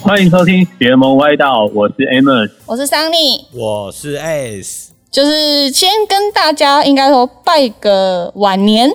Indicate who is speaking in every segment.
Speaker 1: 欢迎收听《邪门歪道》，我是 Amos。
Speaker 2: 我是桑尼，
Speaker 3: 我是 S，
Speaker 2: 就是先跟大家应该说拜个晚年，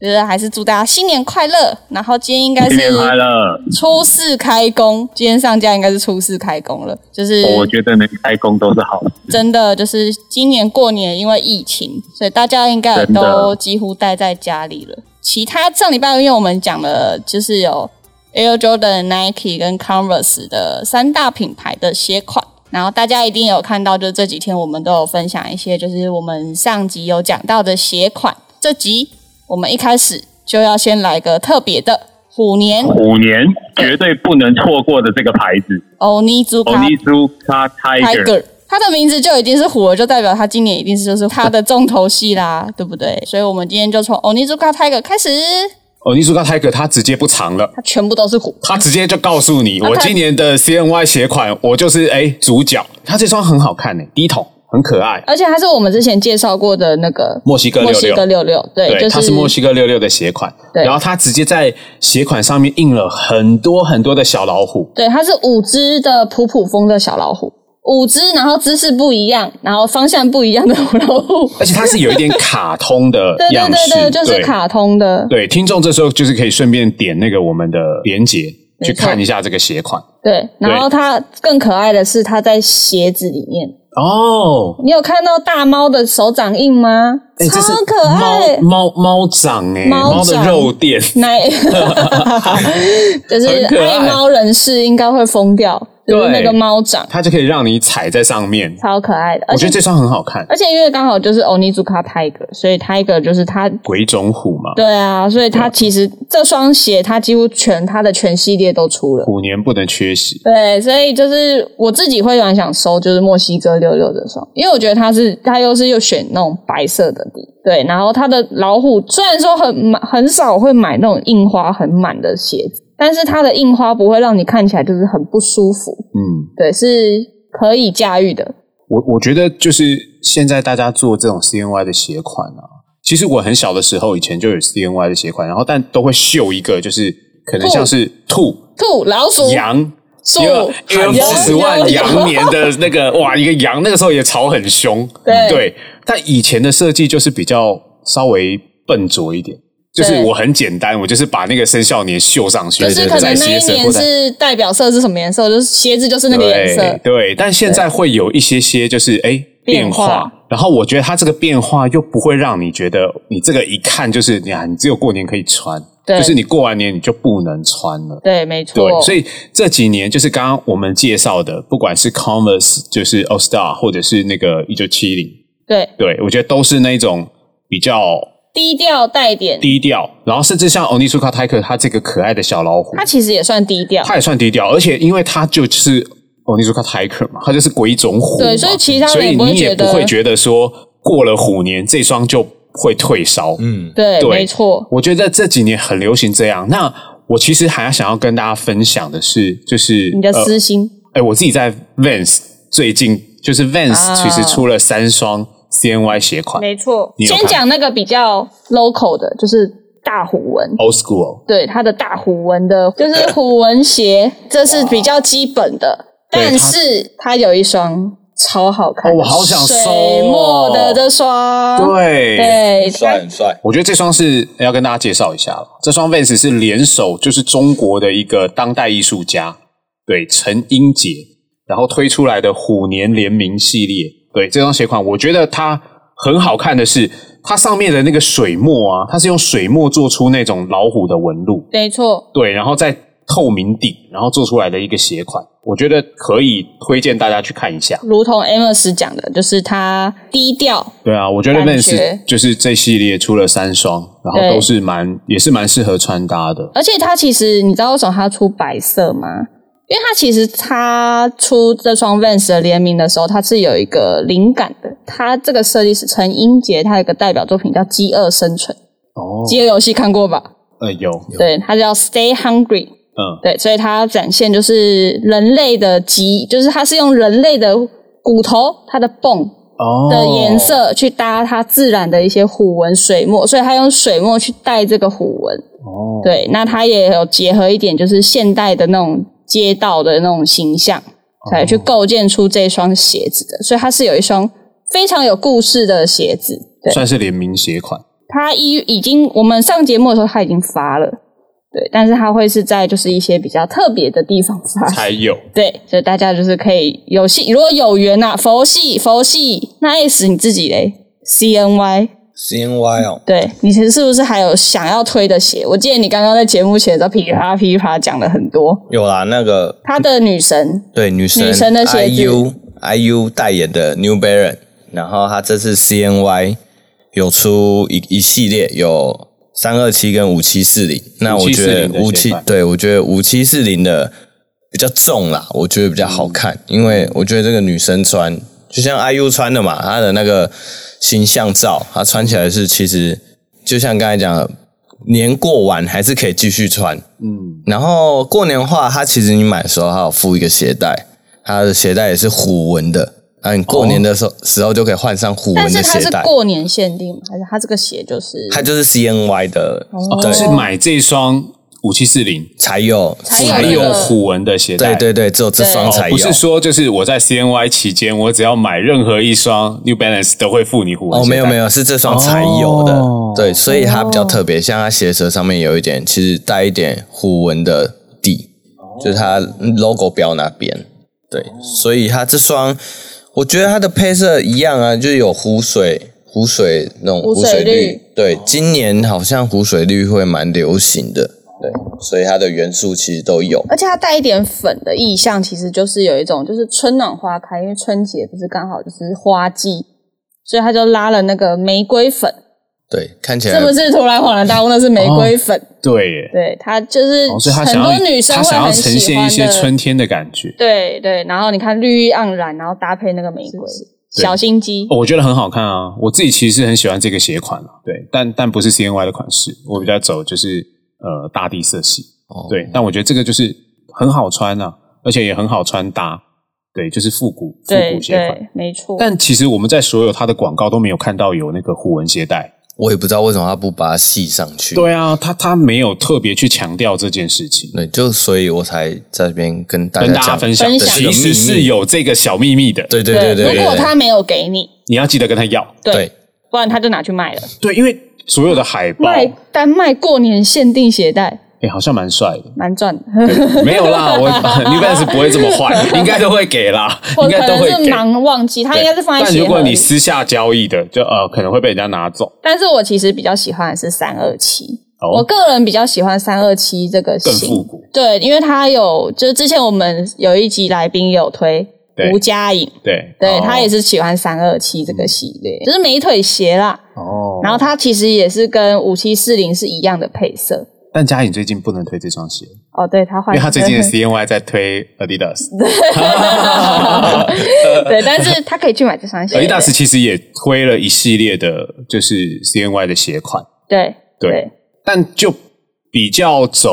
Speaker 2: 就是还是祝大家新年快乐。然后今天应该
Speaker 1: 新年
Speaker 2: 是
Speaker 1: 快乐！
Speaker 2: 初四开工，今天上架应该是初四开工了，就是
Speaker 1: 哦我觉得能开工都是好事。
Speaker 2: 真的就是今年过年因为疫情，所以大家应该也
Speaker 1: 真的
Speaker 2: 都几乎待在家里了。其他上礼拜因为我们讲了，就是有 Air Jordan、Nike 跟 Converse 的三大品牌的鞋款，然后大家一定有看到，就是这几天我们都有分享一些，就是我们上集有讲到的鞋款。这集我们一开始就要先来个特别的虎年
Speaker 1: 虎年绝对不能错过的这个牌子 o n
Speaker 2: Onizuka
Speaker 1: i z u k a Tiger，
Speaker 2: 哎 Tiger，他的名字就已经是虎了，就代表他今年一定是就是他的重头戏啦，对不对？所以我们今天就从 Onizuka Tiger 开始，
Speaker 4: 哦，尼苏卡泰格他直接不藏了，
Speaker 2: 他全部都是虎。
Speaker 4: 他直接就告诉
Speaker 2: 啊
Speaker 4: 你，
Speaker 2: 他
Speaker 4: 我今年的 C N Y 鞋款，我就是哎主角。他这双很好看欸呢、低筒很可爱，
Speaker 2: 而且他是我们之前介绍过的那个
Speaker 4: 墨西哥
Speaker 2: 墨
Speaker 4: 六
Speaker 2: 西
Speaker 4: 六
Speaker 2: 哥，六六，对，
Speaker 4: 对，
Speaker 2: 就
Speaker 4: 它是墨西哥六六的鞋款，
Speaker 2: 对
Speaker 4: 然后他直接在鞋款上面印了很多很多的小老虎，
Speaker 2: 对，它是五只的普普风的小老虎，五只，然后姿势不一样，然后方向不一样的老 虎，
Speaker 4: 而且它是有一点卡通的
Speaker 2: 对对
Speaker 4: 样式，
Speaker 2: 对对，就是卡通的，
Speaker 4: 对，听众这时候就是可以顺便点那个我们的连接
Speaker 2: 没
Speaker 4: 去
Speaker 2: 错
Speaker 4: 看一下这个鞋款。
Speaker 2: 对。然后它更可爱的是它在鞋子里面，
Speaker 4: 哦，
Speaker 2: 你有看到大猫的手掌印吗？
Speaker 4: 哎、这是
Speaker 2: 超可爱，
Speaker 4: 猫猫猫掌哎、
Speaker 2: 猫
Speaker 4: 猫的
Speaker 2: 掌
Speaker 4: 肉 垫，
Speaker 2: 奶，就是
Speaker 4: 很可爱
Speaker 2: 爱猫人士应该会疯掉，就是
Speaker 4: 对
Speaker 2: 那个猫掌，
Speaker 4: 它就可以让你踩在上面。
Speaker 2: 超可爱的。而
Speaker 4: 我觉
Speaker 2: 且
Speaker 4: 得这双很好看，
Speaker 2: 而且因为刚好就是欧尼 i 卡 Tiger，所以 Tiger 就是它。
Speaker 4: 鬼冢虎嘛，
Speaker 2: 对啊，所以它其实这双鞋，它几乎全它的全系列都出了。
Speaker 4: 虎年不能缺席。
Speaker 2: 对，所以就是我自己会蛮想收，就是墨西哥六六的双，因为我觉得它是它又是又选那种白色的底，对，然后它的老虎虽然说很满很少会买那种印花很满的鞋子，但是它的印花不会让你看起来就是很不舒服，
Speaker 4: 嗯，
Speaker 2: 对，是可以驾驭的，
Speaker 4: 我我觉得就是现在大家做这种 CNY 的鞋款啊，其实我很小的时候以前就有 CNY 的鞋款，然后但都会秀一个，就是可能像是兔、
Speaker 2: 兔、老鼠、
Speaker 4: 羊。
Speaker 2: 树
Speaker 4: 一个
Speaker 2: 羊
Speaker 4: Air
Speaker 2: 羊
Speaker 4: Force One 羊年的那个哇，一个羊那个时候也吵很凶，
Speaker 2: 对
Speaker 4: 但以前的设计就是比较稍微笨拙一点，就是
Speaker 2: 对
Speaker 4: 我很简单，我就是把那个生肖年绣上去，
Speaker 2: 就是可
Speaker 4: 在
Speaker 2: 能那
Speaker 4: 鞋
Speaker 2: 一
Speaker 4: 子
Speaker 2: 年
Speaker 4: 或者
Speaker 2: 是代表色是什么颜色，就是鞋子就是那个颜色
Speaker 4: 对，对，但现在会有一些些就是哎
Speaker 2: 变
Speaker 4: 变
Speaker 2: 化
Speaker 4: 化，然后我觉得它这个变化又不会让你觉得你这个一看就是哎呀，你只有过年可以穿，
Speaker 2: 对
Speaker 4: 就是你过完年你就不能穿了。
Speaker 2: 对，没错，
Speaker 4: 对，所以这几年就是刚刚我们介绍的，不管是 Converse，就是 All Star，或者是那个一九七零，
Speaker 2: 对
Speaker 4: 对我觉得都是那种比较
Speaker 2: 低调带点，
Speaker 4: 低调，然后甚至像 Onitsuka Tiger，它这个可爱的小老虎，
Speaker 2: 它其实也算低调，
Speaker 4: 它也算低调，而且因为它就是 Onitsuka Tiger 嘛，它就是鬼冢虎嘛，
Speaker 2: 对所以其他人
Speaker 4: 所
Speaker 2: 也
Speaker 4: 以
Speaker 2: 不会
Speaker 4: 你
Speaker 2: 觉
Speaker 4: 也
Speaker 2: 得
Speaker 4: 不会觉得说过了虎年这双就会退烧，
Speaker 3: 嗯，
Speaker 2: 对，
Speaker 4: 对
Speaker 2: 没错。
Speaker 4: 我觉得这几年很流行这样。那我其实还想要跟大家分享的是，就是
Speaker 2: 你的
Speaker 4: 呃
Speaker 2: 私心，
Speaker 4: 哎、我自己在 Vans 最近就是 Vans
Speaker 2: 啊
Speaker 4: 其实出了三双 CNY 鞋款
Speaker 2: 没错。
Speaker 4: 你有
Speaker 2: 先
Speaker 4: 看
Speaker 2: 讲那个比较 local 的，就是大虎纹，
Speaker 4: ，Old School。哦
Speaker 2: 对，它的大虎纹的，就是虎纹鞋，这是比较基本的。
Speaker 4: 对
Speaker 2: 但是它有一双超好看的，
Speaker 4: 哦我好想收哦
Speaker 2: 水墨的这双，
Speaker 4: 对，
Speaker 2: 哦对
Speaker 3: 很帅很帅，
Speaker 4: 我觉得这双是要跟大家介绍一下了。这双 Vans 是联手就是中国的一个当代艺术家，对陈英杰，然后推出来的虎年联名系列。对这双鞋款，我觉得它很好看的是，它上面的那个水墨啊，它是用水墨做出那种老虎的纹路。
Speaker 2: 没错，
Speaker 4: 对，然后再透明底，然后做出来的一个鞋款，我觉得可以推荐大家去看一下。
Speaker 2: 如同 Amos 讲的，就是它低调，
Speaker 4: 对啊，我觉得
Speaker 2: 感觉
Speaker 4: Vans 就是这系列出了三双，然
Speaker 2: 对
Speaker 4: 后都是蛮也是蛮适合穿搭的。
Speaker 2: 而且它其实你知道为什么它出白色吗？因为它其实它出这双 Vans 的联名的时候，它是有一个灵感的。它这个设计是陈英杰，他有一个代表作品叫《饥饿生存》，
Speaker 4: 哦
Speaker 2: 饥饿游戏看过吧？
Speaker 4: 呃，有，
Speaker 2: 对，它叫 Stay Hungry。
Speaker 4: 嗯，
Speaker 2: 对，所以它展现就是人类的极，就是它是用人类的骨头、它的泵
Speaker 4: 哦
Speaker 2: 的颜，色去搭它自然的一些虎纹水墨，所以它用水墨去带这个虎纹。
Speaker 4: 哦，
Speaker 2: 对，那它也有结合一点就是现代的那种街道的那种形象，
Speaker 4: 哦
Speaker 2: 才去构建出这双鞋子的。所以它是有一双非常有故事的鞋子。对，
Speaker 4: 算是联名鞋款。
Speaker 2: 它一已经我们上节目的时候它已经发了，对，但是它会是在就是一些比较特别的地方发。
Speaker 4: 才有，
Speaker 2: 对，所以大家就是可以有戏，如果有缘呐、佛系佛系，那 S 你自己嘞，C N Y，
Speaker 3: C N Y 哦，
Speaker 2: 对你其实是不是还有想要推的鞋？我记得你刚刚在节目前的时候噼啪噼啪讲了很多，
Speaker 3: 有啦，那个
Speaker 2: 他的女神
Speaker 3: 对女神
Speaker 2: 女神的鞋子
Speaker 3: IU IU 代言的 New Balance，然后他这次 C N Y 有出一一系列有三二七跟五七四零，那我觉得
Speaker 4: 5740的
Speaker 3: 五
Speaker 4: 鞋
Speaker 3: 七
Speaker 4: 款
Speaker 3: 对我觉得五七四零的比较重啦，我觉得比较好看，因为我觉得这个女生穿就像 IU 穿的嘛，她的那个形象照，她穿起来是其实就像刚才讲的，年过完还是可以继续穿。
Speaker 4: 嗯，
Speaker 3: 然后过年的话，它其实你买的时候，它有附一个鞋带，它的鞋带也是虎纹的。那你过年的时候、时候就可以换上虎
Speaker 2: 但
Speaker 3: 纹
Speaker 2: 是
Speaker 3: 的
Speaker 2: 它
Speaker 3: 鞋
Speaker 2: 是
Speaker 3: 带，
Speaker 2: 过年限定吗？还是它这个鞋就是
Speaker 3: 它就是 C N Y 的
Speaker 4: 哦、是买这双五七四零
Speaker 3: 才有
Speaker 2: 才
Speaker 3: 虎
Speaker 2: 有
Speaker 3: 纹
Speaker 4: 还
Speaker 3: 的
Speaker 2: 那
Speaker 4: 有
Speaker 2: 个
Speaker 4: 虎纹的鞋带，
Speaker 3: 对对对，只有这双
Speaker 4: 哦
Speaker 3: 才有。
Speaker 4: 不是说就是我在 CNY 期间，我只要买任何一双 New Balance 都会付你虎纹
Speaker 3: 哦，
Speaker 4: 鞋带
Speaker 3: 没有没有，是这双才有的，
Speaker 4: 哦
Speaker 3: 对，所以它比较特别，像它鞋舌上面有一点，其实带一点虎纹的底，就是它 logo 标那边，对，所以它这双，我觉得它的配色一样啊，就是有湖水湖水那种
Speaker 2: 湖
Speaker 3: 湖
Speaker 2: 水
Speaker 3: 水
Speaker 2: 绿
Speaker 3: 绿，对，今年好像湖水绿会蛮流行的，对，所以它的元素其实都有，
Speaker 2: 而且它带一点粉的意象，其实就是有一种就是春暖花开，因为春节不是刚好就是花季，所以它就拉了那个玫瑰粉，
Speaker 3: 对，看起来
Speaker 2: 是不是突然恍然大悟？那是玫瑰粉，
Speaker 4: 对耶，
Speaker 2: 对，它就是
Speaker 4: 哦所以他
Speaker 2: 很
Speaker 4: 想要
Speaker 2: 多女生
Speaker 4: 他
Speaker 2: 会
Speaker 4: 想要
Speaker 2: 很
Speaker 4: 呈
Speaker 2: 喜
Speaker 4: 现
Speaker 2: 欢
Speaker 4: 一
Speaker 2: 的。
Speaker 4: 些春天的感觉，
Speaker 2: 对对，然后你看绿意盎然，然后搭配那个玫瑰，
Speaker 4: 对
Speaker 2: 小心机。
Speaker 4: 哦我觉得很好看啊，我自己其实很喜欢这个鞋款啊，对，但但不是 CNY 的款式，我比较走就是呃大地色系，
Speaker 3: 哦
Speaker 4: 对，但我觉得这个就是很好穿啊，而且也很好穿搭，对，就是复古复
Speaker 2: 对
Speaker 4: 古鞋款。
Speaker 2: 对，没错。
Speaker 4: 但其实我们在所有它的广告都没有看到有那个虎纹鞋带。
Speaker 3: 我也不知道为什么它不把它系上去，
Speaker 4: 对啊，它它没有特别去强调这件事情，
Speaker 3: 对，就所以我才在这边跟大
Speaker 4: 跟
Speaker 3: 家
Speaker 4: 大家
Speaker 3: 讲
Speaker 4: 分享，
Speaker 2: 分享
Speaker 4: 其实是有这个小秘密的。
Speaker 3: 对对对对对，
Speaker 2: 如果他没有给你，
Speaker 4: 你要记得跟他要。
Speaker 2: 对，
Speaker 3: 对
Speaker 2: 不然他就拿去卖了，
Speaker 4: 对，因为所有的海报，
Speaker 2: 卖
Speaker 4: 哎、
Speaker 2: 单卖过年限定鞋带，
Speaker 4: 好像蛮帅的。
Speaker 2: 蛮赚的。
Speaker 4: 没有 啦，我 New Balance 不会这么坏，应该都会给啦，
Speaker 2: 我
Speaker 4: 应
Speaker 2: 可
Speaker 4: 该都
Speaker 2: 能
Speaker 4: 会
Speaker 2: 是
Speaker 4: 给。
Speaker 2: 忙忘记，他应该是放在
Speaker 4: 但
Speaker 2: 鞋
Speaker 4: 如
Speaker 2: 盒
Speaker 4: 果
Speaker 2: 里
Speaker 4: 你。私下交易的，就呃可能会被人家拿走。
Speaker 2: 但是我其实比较喜欢的是三二七，我
Speaker 4: 哦，
Speaker 2: 个人比较喜欢三二七这个
Speaker 4: 更
Speaker 2: 型
Speaker 4: 复古。
Speaker 2: 对，因为它有，就是之前我们有一集来宾有推
Speaker 4: 对
Speaker 2: 吴佳颖，
Speaker 4: 对，
Speaker 2: 对、
Speaker 4: 哦嗯
Speaker 2: 他也是喜欢三二七这个系列，就是美腿鞋啦。
Speaker 4: 哦。
Speaker 2: 然后它其实也是跟五七四零是一样的配色。
Speaker 4: 但佳颖最近不能推这双鞋，
Speaker 2: 哦，对，他
Speaker 4: 因
Speaker 2: 换，
Speaker 4: 为他最近的 CNY 在推 Adidas。
Speaker 2: 对，但是他可以去买这双鞋。
Speaker 4: 而 d 呃大师其实也推了一系列的，就是 CNY 的鞋款，
Speaker 2: 对
Speaker 4: 对但就比较走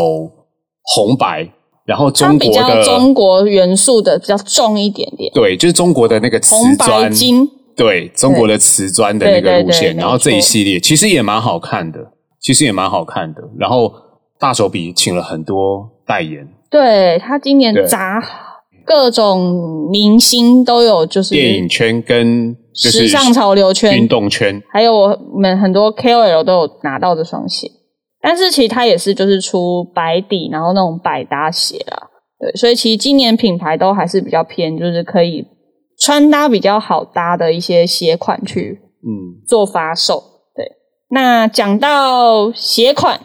Speaker 4: 红白，然后
Speaker 2: 它
Speaker 4: 中
Speaker 2: 比
Speaker 4: 国
Speaker 2: 较
Speaker 4: 的
Speaker 2: 中国元素的比较重一点点，
Speaker 4: 对，就是中国的那个瓷
Speaker 2: 红白
Speaker 4: 砖，
Speaker 2: 金。
Speaker 4: 对中国的瓷砖的那
Speaker 2: 对对
Speaker 4: 个路
Speaker 2: 对
Speaker 4: 线，然后
Speaker 2: 没错
Speaker 4: 这一系列其实也蛮好看的，其实也蛮好看的。然后大手笔请了很多代言，
Speaker 2: 对他今年
Speaker 4: 对
Speaker 2: 砸各种明星都有，就是
Speaker 4: 电影圈跟就是
Speaker 2: 时尚潮流圈
Speaker 4: 运动圈，
Speaker 2: 还有我们很多 KOL 都有拿到这双鞋，但是其实它也是就是出白底，然后那种百搭鞋啦。对，所以其实今年品牌都还是比较偏，就是可以穿搭比较好搭的一些鞋款去
Speaker 4: 嗯，
Speaker 2: 做发售。对，那讲到鞋款，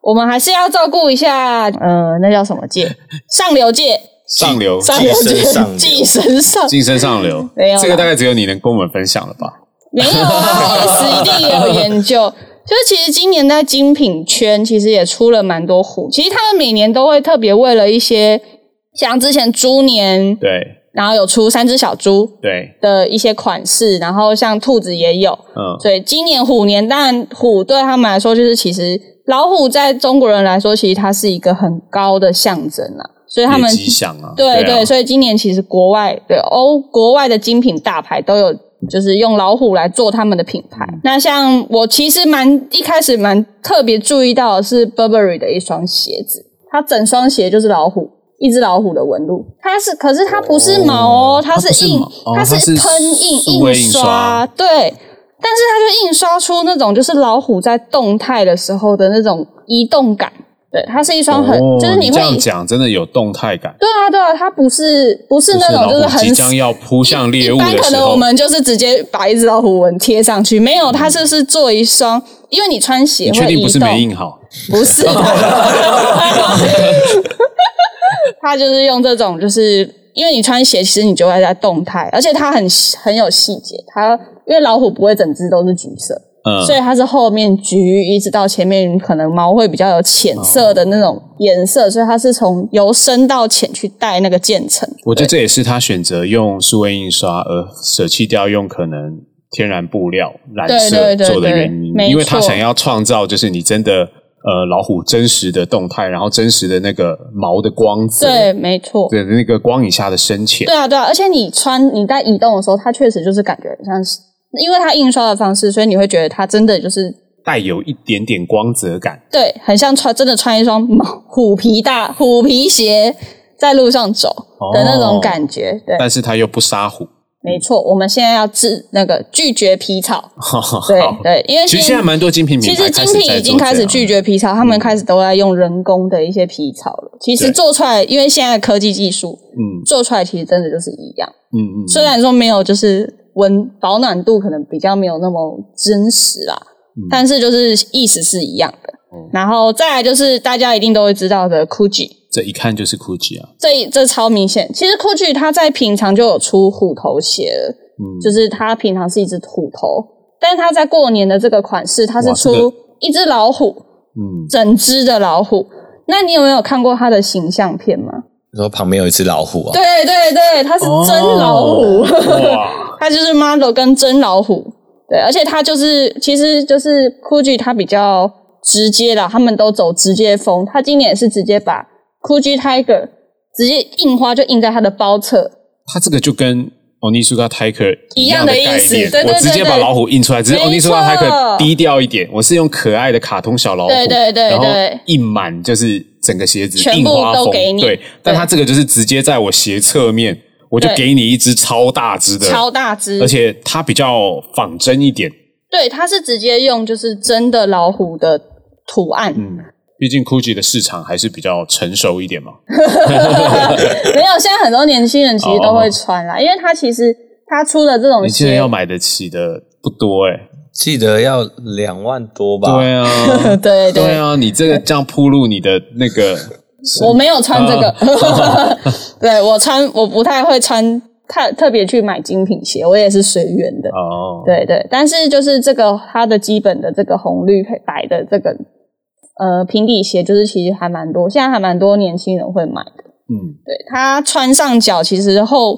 Speaker 2: 我们还是要照顾一下，呃，那叫什么界？上流界，
Speaker 4: 上流
Speaker 2: 上流界
Speaker 3: 寄生上，
Speaker 2: 寄生上
Speaker 3: 流
Speaker 4: 晋升上流
Speaker 2: 没有啦，
Speaker 4: 这个大概只有你能跟我们分享了吧？
Speaker 2: 没有啊，S 一定也有研究。就是其实今年在精品圈，其实也出了蛮多虎。其实他们每年都会特别为了一些，像之前猪年，
Speaker 4: 对
Speaker 2: 然后有出三只小猪
Speaker 4: 对，
Speaker 2: 的一些款式，然后像兔子也有。
Speaker 4: 嗯。
Speaker 2: 所以今年虎年，当然虎对他们来说，就是其实老虎在中国人来说，其实它是一个很高的象征啦。所以他们
Speaker 4: 也吉祥啊，
Speaker 2: 对
Speaker 4: 啊
Speaker 2: 对，所以今年其实国外对欧国外的精品大牌都有，就是用老虎来做他们的品
Speaker 4: 嗯
Speaker 2: 牌。那像我其实蛮一开始蛮特别注意到的是 Burberry 的一双鞋子，它整双鞋就是老虎，一只老虎的纹路，它是，可是它不是毛哦，它
Speaker 4: 它不是
Speaker 2: 印
Speaker 4: 毛哦，它
Speaker 2: 是
Speaker 4: 是
Speaker 2: 喷印
Speaker 4: 数位印
Speaker 2: 刷
Speaker 4: 刷，
Speaker 2: 对。但是它就印刷出那种就是老虎在动态的时候的那种移动感，对，它是一双很，
Speaker 4: 哦
Speaker 2: 就是
Speaker 4: 你
Speaker 2: 会
Speaker 4: 这样讲，真的有动态感，
Speaker 2: 对啊，对啊，它不是不是
Speaker 4: 就
Speaker 2: 那
Speaker 4: 是
Speaker 2: 种
Speaker 4: 老
Speaker 2: 就是
Speaker 4: 虎
Speaker 2: 很
Speaker 4: 即将要扑向猎物
Speaker 2: 一般
Speaker 4: 的
Speaker 2: 可
Speaker 4: 时
Speaker 2: 能我
Speaker 4: 候，
Speaker 2: 们就是直接把一只老虎纹贴上去，没有，它就是做一双，因为你穿鞋
Speaker 4: 嗯你确
Speaker 2: 会
Speaker 4: 定
Speaker 2: 移
Speaker 4: 不是
Speaker 2: 动，
Speaker 4: 没印好？
Speaker 2: 不是 它就是用这种，就是因为你穿鞋，其实你就会在动态，而且它很很有细节，它因为老虎不会整只都是橘色，
Speaker 4: 嗯，
Speaker 2: 所以它是后面橘一直到前面，可能毛会比较有浅色的那种颜色，所以它是从由深到浅去带那个渐层。
Speaker 4: 我觉得这也是他选择用数位印刷而舍弃掉用可能天然布料染
Speaker 2: 对对
Speaker 4: 色
Speaker 2: 对
Speaker 4: 做的
Speaker 2: 对
Speaker 4: 原因，
Speaker 2: 没
Speaker 4: 因为他
Speaker 2: 错
Speaker 4: 想要创造就是你真的呃老虎真实的动态，然后真实的那个毛的光泽，
Speaker 2: 对，没错。
Speaker 4: 对那个光影下的深浅
Speaker 2: 对，啊，对啊，而且你穿你在移动的时候，它确实就是感觉很像是，因为它印刷的方式，所以你会觉得它真的就是
Speaker 4: 带有一点点光泽感。
Speaker 2: 对，很像穿真的穿一双虎皮大虎皮鞋在路上走的那
Speaker 4: 哦
Speaker 2: 种感觉。对，
Speaker 4: 但是他又不杀虎，
Speaker 2: 没错，我们现在要治那个拒绝皮草。
Speaker 4: 好
Speaker 2: 对对，因为
Speaker 4: 其实现在蛮多精品品
Speaker 2: 其实
Speaker 4: 牌开
Speaker 2: 精
Speaker 4: 始在做这样，嗯
Speaker 2: 品已经开始拒绝皮草，他们开始都在用人工的一些皮草了。其实
Speaker 4: 对
Speaker 2: 做出来，因为现在的科技技术
Speaker 4: 嗯，
Speaker 2: 做出来，其实真的就是一样。
Speaker 4: 嗯嗯嗯，
Speaker 2: 虽然说没有就是温保暖度可能比较没有那么真实啦，
Speaker 4: 嗯
Speaker 2: 但是就是意思是一样的。
Speaker 4: 哦
Speaker 2: 然后再来就是大家一定都会知道的 GUCCI，
Speaker 4: 这一看就是 GUCCI 啊，
Speaker 2: 这这超明显。其实 GUCCI 它在平常就有出虎头鞋了，
Speaker 4: 嗯，
Speaker 2: 就是它平常是一只虎头，但是它在过年的这个款式，它是
Speaker 4: 哇这
Speaker 2: 出
Speaker 4: 个
Speaker 2: 一只老虎，
Speaker 4: 嗯，
Speaker 2: 整只的老虎。那你有没有看过它的形象片吗？
Speaker 4: 哦
Speaker 3: 你说旁边有一只老虎啊，
Speaker 2: 对对对，它是真老虎。
Speaker 4: 哦哇，
Speaker 2: 它就是 model 跟真老虎，对，而且它就是其实就是 Gucci 它比较直接啦，他们都走直接风，它今年也是直接把 Gucci Tiger 直接印花就印在它的包侧，
Speaker 4: 它这个就跟 Onitsuka Tiger
Speaker 2: 一样
Speaker 4: 样
Speaker 2: 的
Speaker 4: 概念，
Speaker 2: 意思对对
Speaker 4: 我直接
Speaker 2: 对对
Speaker 4: 把老虎印出来，只是
Speaker 2: 没
Speaker 4: Onitsuka
Speaker 2: 错
Speaker 4: Tiger 低调一点，我是用可爱的卡通小老虎，
Speaker 2: 对对对
Speaker 4: 然后
Speaker 2: 对
Speaker 4: 印满就是整个鞋子
Speaker 2: 全部
Speaker 4: 印花
Speaker 2: 都
Speaker 4: 风，
Speaker 2: 给你
Speaker 4: 对，但它这个就是直接在我鞋侧面，我就
Speaker 2: 对
Speaker 4: 给你一只超大只的，
Speaker 2: 超大只，
Speaker 4: 而且它比较仿真一点，
Speaker 2: 对，它是直接用就是真的老虎的图案，
Speaker 4: 嗯，毕竟 GUCCI 的市场还是比较成熟一点嘛，
Speaker 2: 没有，现在很多年轻人其实都会穿啦，因为它其实它出的这种
Speaker 4: 哦年轻
Speaker 2: 鞋。
Speaker 4: 人要买得起的不多哎、
Speaker 3: 记得要两万多吧？
Speaker 4: 对啊
Speaker 2: 对对
Speaker 4: 对啊，你这个这样铺路，你的那个
Speaker 2: 我没有穿这个，
Speaker 4: 啊
Speaker 2: 对我穿我不太会穿特特别去买精品鞋，我也是随缘的。
Speaker 4: 哦，
Speaker 2: 对对，但是就是这个它的基本的这个红绿配白的这个呃平底鞋，就是其实还蛮多，现在还蛮多年轻人会买的。
Speaker 4: 嗯，
Speaker 2: 对，它穿上脚其实后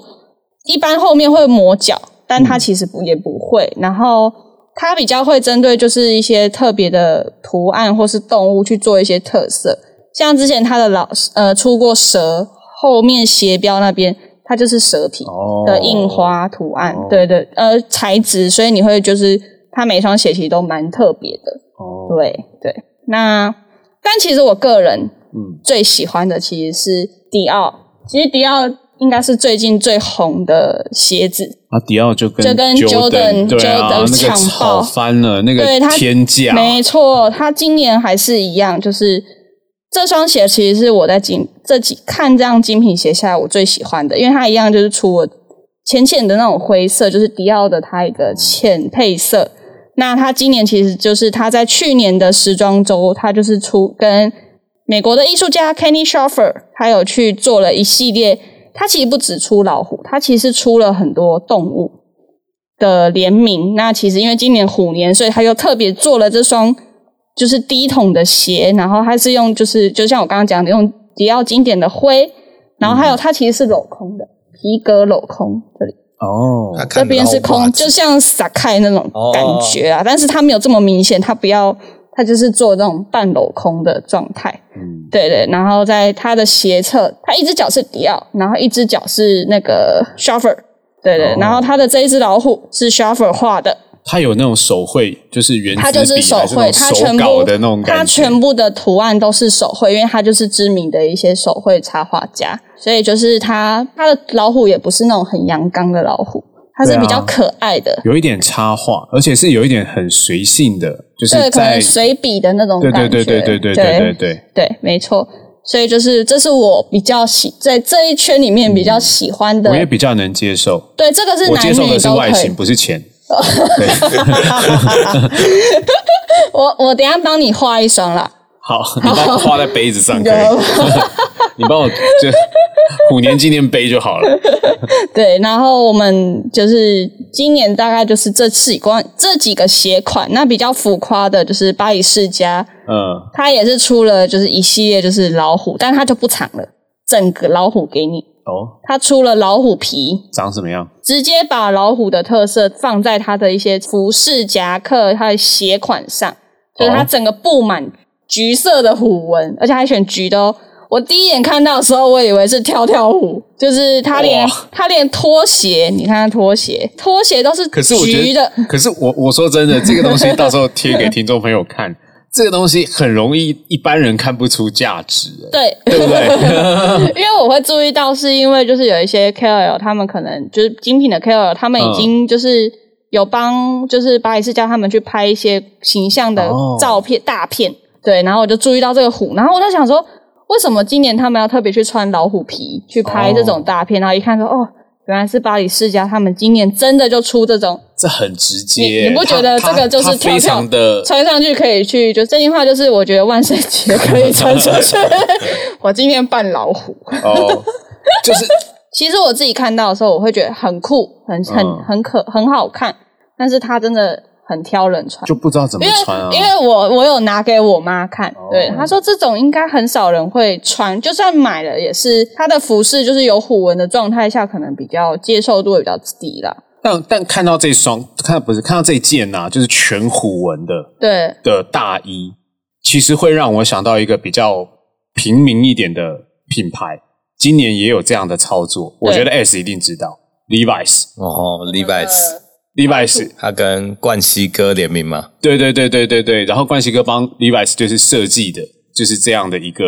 Speaker 2: 一般后面会磨脚，但
Speaker 4: 嗯
Speaker 2: 它其实不也不会。然后它比较会针对就是一些特别的图案或是动物去做一些特色，像之前它的老呃出过蛇，后面斜标那边它就是蛇皮
Speaker 4: 哦
Speaker 2: 的印花图案，对对呃材质，所以你会就是它每双鞋其实都蛮特别的，
Speaker 4: 哦，
Speaker 2: 对对。那但其实我个人
Speaker 4: 嗯，
Speaker 2: 最喜欢的其实是迪奥，其实迪奥应该是最近最红的鞋子，
Speaker 4: 啊，迪奥就跟
Speaker 2: 就跟 Jordan-
Speaker 4: Jordan 对啊，
Speaker 2: Jordan
Speaker 4: 那
Speaker 2: 抢
Speaker 4: 个
Speaker 2: 爆
Speaker 4: 炒翻了，那
Speaker 2: 对
Speaker 4: 个
Speaker 2: 他
Speaker 4: 天价，
Speaker 2: 没错，它今年还是一样，就是这双鞋其实是我在精这几看这样精品鞋下来我最喜欢的，因为它一样就是出我浅浅的那种灰色，就是迪奥的它一个浅配色。那它今年其实就是它在去年的时装周，它就是出跟美国的艺术家 Kenny Schaffer，他有去做了一系列。他其实不只出老虎，他其实出了很多动物的联名。那其实因为今年虎年，所以他又特别做了这双就是低筒的鞋，然后它是用就是就像我刚刚讲的，用迪奥经典的灰，然后还有它其实是镂空的皮革镂空这里。
Speaker 4: 哦
Speaker 3: 他，看
Speaker 2: 这边是
Speaker 3: 老虎
Speaker 2: 空，
Speaker 3: 啊
Speaker 2: 就像撒开那种感觉
Speaker 4: 哦
Speaker 2: 啊，但是它没有这么明显，它不要，它就是做那种半镂空的状态，
Speaker 4: 嗯，
Speaker 2: 对对。然后在它的鞋侧，它一只脚是迪奥，然后一只脚是那个 Shuffer，对对。
Speaker 4: 哦
Speaker 2: 然后它的这一只老虎是 Shuffer 画的，
Speaker 4: 它有那种手绘，就是原子笔
Speaker 2: 它就是手
Speaker 4: 还
Speaker 2: 绘，
Speaker 4: 那种
Speaker 2: 它
Speaker 4: 手
Speaker 2: 全部
Speaker 4: 稿的那种感觉，
Speaker 2: 它全部的图案都是手绘，因为它就是知名的一些手绘插画家，所以就是它它的老虎也不是那种很阳刚的老虎，它是
Speaker 4: 对啊
Speaker 2: 比较可爱的，
Speaker 4: 有一点插画，而且是有一点很随性的，就是
Speaker 2: 对，可
Speaker 4: 在
Speaker 2: 能随笔的那种
Speaker 4: 对
Speaker 2: 感觉，
Speaker 4: 对对对对对对对对，
Speaker 2: 对，没错。所以就是，这是我比较喜在这一圈里面比较喜欢的。
Speaker 4: 我也比较能接受。
Speaker 2: 对，这个是
Speaker 4: 我
Speaker 2: 男
Speaker 4: 接受
Speaker 2: 女
Speaker 4: 的是
Speaker 2: 都可
Speaker 4: 外
Speaker 2: 以
Speaker 4: 形，。不是钱。
Speaker 2: 我我等一下帮你画一双啦。
Speaker 4: 好， 你把我画在杯子上可以， 你帮我就虎年纪念碑就好了。
Speaker 2: 对，然后我们就是今年大概就是这几款这几个鞋款，那比较浮夸的就是巴黎世家，
Speaker 4: 嗯，
Speaker 2: 它也是出了就是一系列就是老虎，但它就不长了，整个老虎给你，
Speaker 4: 哦，
Speaker 2: 它出了老虎皮，
Speaker 4: 长什么样？
Speaker 2: 直接把老虎的特色放在它的一些服饰、夹克、它的鞋款上，就是它整个布满橘色的虎纹，而且还选橘的哦。我第一眼看到的时候，我以为是跳跳虎，就是它连
Speaker 4: 哇
Speaker 2: 它连拖鞋，你看它拖鞋，拖鞋都是
Speaker 4: 可是我觉
Speaker 2: 橘的
Speaker 4: 得，， 可是我我说真的，这个东西到时候贴给听众朋友 看，这个东西很容易一般人看不出价值，哎
Speaker 2: 对，
Speaker 4: 对不对？
Speaker 2: 因为我会注意到，是因为就是有一些 KOL，他们可能就是精品的 KOL，他们已
Speaker 4: 嗯
Speaker 2: 经就是有帮就是巴黎世家他们去拍一些形象的
Speaker 4: 哦
Speaker 2: 照片、大片，对，然后我就注意到这个虎，然后我在想说，为什么今年他们要特别去穿老虎皮去拍这种大片？然后一看说，哦，原来是巴黎世家他们今年真的就出这 种
Speaker 4: 这很直
Speaker 2: 你
Speaker 4: 接，
Speaker 2: 你不觉得这个就是
Speaker 4: 它它
Speaker 2: 跳跳
Speaker 4: 非常的
Speaker 2: 穿上去可以去，就这句话就是我觉得万圣节可以穿出 去，我今天扮老虎。
Speaker 4: 哦？就是
Speaker 2: 其实我自己看到的时候，我会觉得很酷，很很
Speaker 4: 嗯
Speaker 2: 很可很好看，但是它真的很挑人穿。
Speaker 4: 就不知道怎么
Speaker 2: 因为、
Speaker 4: 穿啊，哦
Speaker 2: 因为我我有拿给我妈看，对她说这种应该很少人会穿，就算买了也是它的服饰就是有虎纹的状态下，可能比较接受度会比较低啦。
Speaker 4: 但但看到这双，看不是看到这件呐、就是全虎纹的
Speaker 2: 对，
Speaker 4: 的大衣，其实会让我想到一个比较平民一点的品牌，今年也有这样的操作，我
Speaker 2: 对
Speaker 4: 觉得 S 一定知道，Levi's，Levi's，
Speaker 2: 嗯
Speaker 3: 哦，礼拜
Speaker 2: 呃
Speaker 3: 四
Speaker 4: 呃
Speaker 3: 他跟冠希哥联名嘛，
Speaker 4: 对对对对对对，然后冠希哥帮 Levi's 就是设计的，就是这样的一个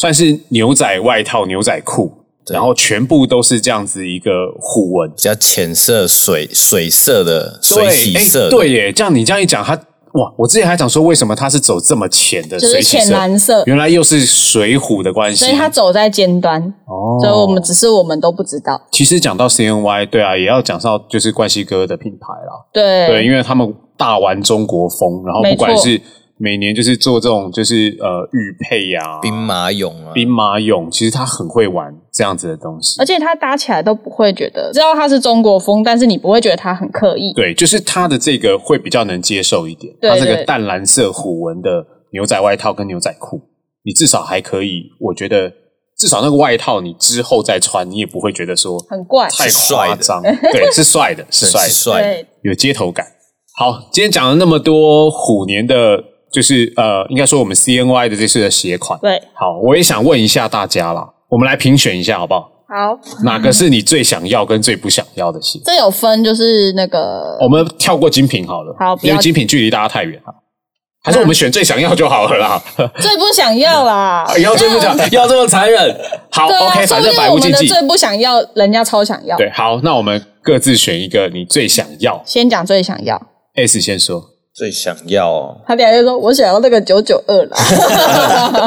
Speaker 4: 算是牛仔外套、牛仔裤，
Speaker 3: 对
Speaker 4: 然后全部都是这样子一个虎纹，
Speaker 3: 比较浅色水水色的水洗
Speaker 4: 对，哎
Speaker 3: 色的，
Speaker 4: 对耶，这样你这样一讲，它哇，我之前还讲说为什么它是走这么浅的
Speaker 2: 就是
Speaker 4: 水洗
Speaker 2: 浅
Speaker 4: 色，
Speaker 2: 蓝色，
Speaker 4: 原来又是水虎的关系。
Speaker 2: 所以它走在尖端，
Speaker 4: 哦，
Speaker 2: 所以我们只是我们都不知道。
Speaker 4: 其实讲到 CNY，对啊，也要讲到就是冠希哥的品牌啦，
Speaker 2: 对
Speaker 4: 对，因为他们大玩中国风，然后
Speaker 2: 没
Speaker 4: 不
Speaker 2: 错
Speaker 4: 管是每年就是做这种就是呃玉佩呀、
Speaker 3: 兵马俑啊，
Speaker 4: 兵马俑，其实他很会玩这样子的东西
Speaker 2: 而。且它搭起来都不会觉得，知道它是中国风，但是你不会觉得它很刻意。
Speaker 4: 对，就是他的这个会比较能接受一点。
Speaker 2: 对
Speaker 4: 他这个
Speaker 2: 对
Speaker 4: 淡蓝色虎纹的牛仔外套跟牛仔裤，你至少还可以，我觉得至少那个外套你之后再穿，你也不会觉得说
Speaker 2: 很怪
Speaker 4: 太
Speaker 3: 是帅的
Speaker 4: 夸 张。对，是帅的，是
Speaker 3: 对
Speaker 4: 帅的，
Speaker 3: 帅的，
Speaker 4: 有街头感。好，今天讲了那么多虎年的，就是呃，应该说我们 CNY 的这次的鞋款。
Speaker 2: 对，
Speaker 4: 好，我也想问一下大家啦，我们来评选一下好不好？
Speaker 2: 好，
Speaker 4: 哪个是你最想要跟最不想要的鞋？
Speaker 2: 这有分就是那个
Speaker 4: 我们跳过精品好了，
Speaker 2: 好不要
Speaker 4: 因为精品距离大家太远了，还是我们选最想要就好了 啦。
Speaker 2: 最不想要啦。
Speaker 4: 哎要这 么讲，要这么残忍，好
Speaker 2: 对啊，
Speaker 4: ，OK，
Speaker 2: 说
Speaker 4: 反
Speaker 2: 不
Speaker 4: 正
Speaker 2: 定
Speaker 4: 百
Speaker 2: 我
Speaker 4: 无
Speaker 2: 们
Speaker 4: 禁
Speaker 2: 的
Speaker 4: 忌。
Speaker 2: 最不想要，人家超想要。
Speaker 4: 对，好，那我们各自选一个你最想要。
Speaker 2: 先讲最想要，
Speaker 4: S 先说，
Speaker 3: 最想要哦，
Speaker 2: 他俩就说：“我想要那个九九二啦。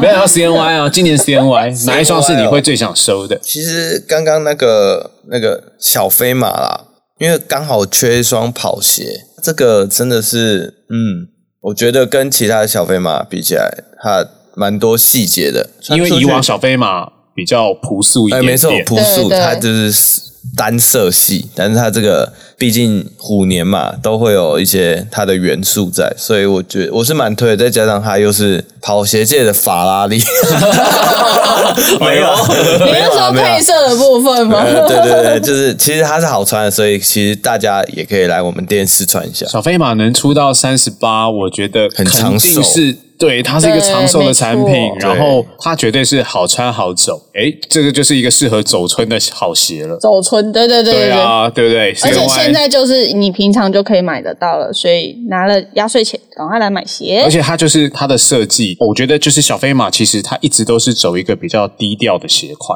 Speaker 4: 没有要 CNY 啊，今 年 CNY 哪一双是你会最想收的？
Speaker 3: 其实刚刚那个那个小飞马啦，因为刚好缺一双跑鞋，这个真的是，嗯，我觉得跟其他的小飞马比起来，它蛮多细节的。
Speaker 4: 因为
Speaker 3: 穿出
Speaker 4: 以
Speaker 3: 去
Speaker 4: 往小飞马比较朴素一
Speaker 3: 哎，
Speaker 4: 点
Speaker 3: 没错，
Speaker 4: 点
Speaker 3: 朴
Speaker 2: 对
Speaker 3: 素，
Speaker 2: 对
Speaker 3: 它就是单色系，但是它这个毕竟虎年嘛，都会有一些它的元素在，所以我觉得我是蛮推的。再加上它又是跑鞋界的法拉 利，没有，”啊
Speaker 2: 你
Speaker 3: 没
Speaker 2: 是
Speaker 3: 有
Speaker 2: 说
Speaker 3: 啦没有啦啊
Speaker 2: 配色的部分吗？
Speaker 3: 呃对对对，就是其实它是好穿的，所以其实大家也可以来我们店试穿一下。
Speaker 4: 小飞马能出到三十八，我觉得
Speaker 3: 很
Speaker 4: 肯
Speaker 3: 长
Speaker 4: 定
Speaker 3: 手
Speaker 4: 是对，它是一个长寿的产
Speaker 2: 对没
Speaker 4: 品
Speaker 2: 错，
Speaker 4: 然后它绝对是好穿好走，诶，这个就是一个适合走村的好鞋了。
Speaker 2: 走村，对对对对
Speaker 4: 对
Speaker 2: 对。
Speaker 4: 啊，对不对？
Speaker 2: 而且
Speaker 4: CNY
Speaker 2: 现在就是你平常就可以买得到了，所以拿了压岁钱，赶快来买鞋
Speaker 4: 而。且它就是它的设计，我觉得就是小飞马其实它一直都是走一个比较低调的鞋款，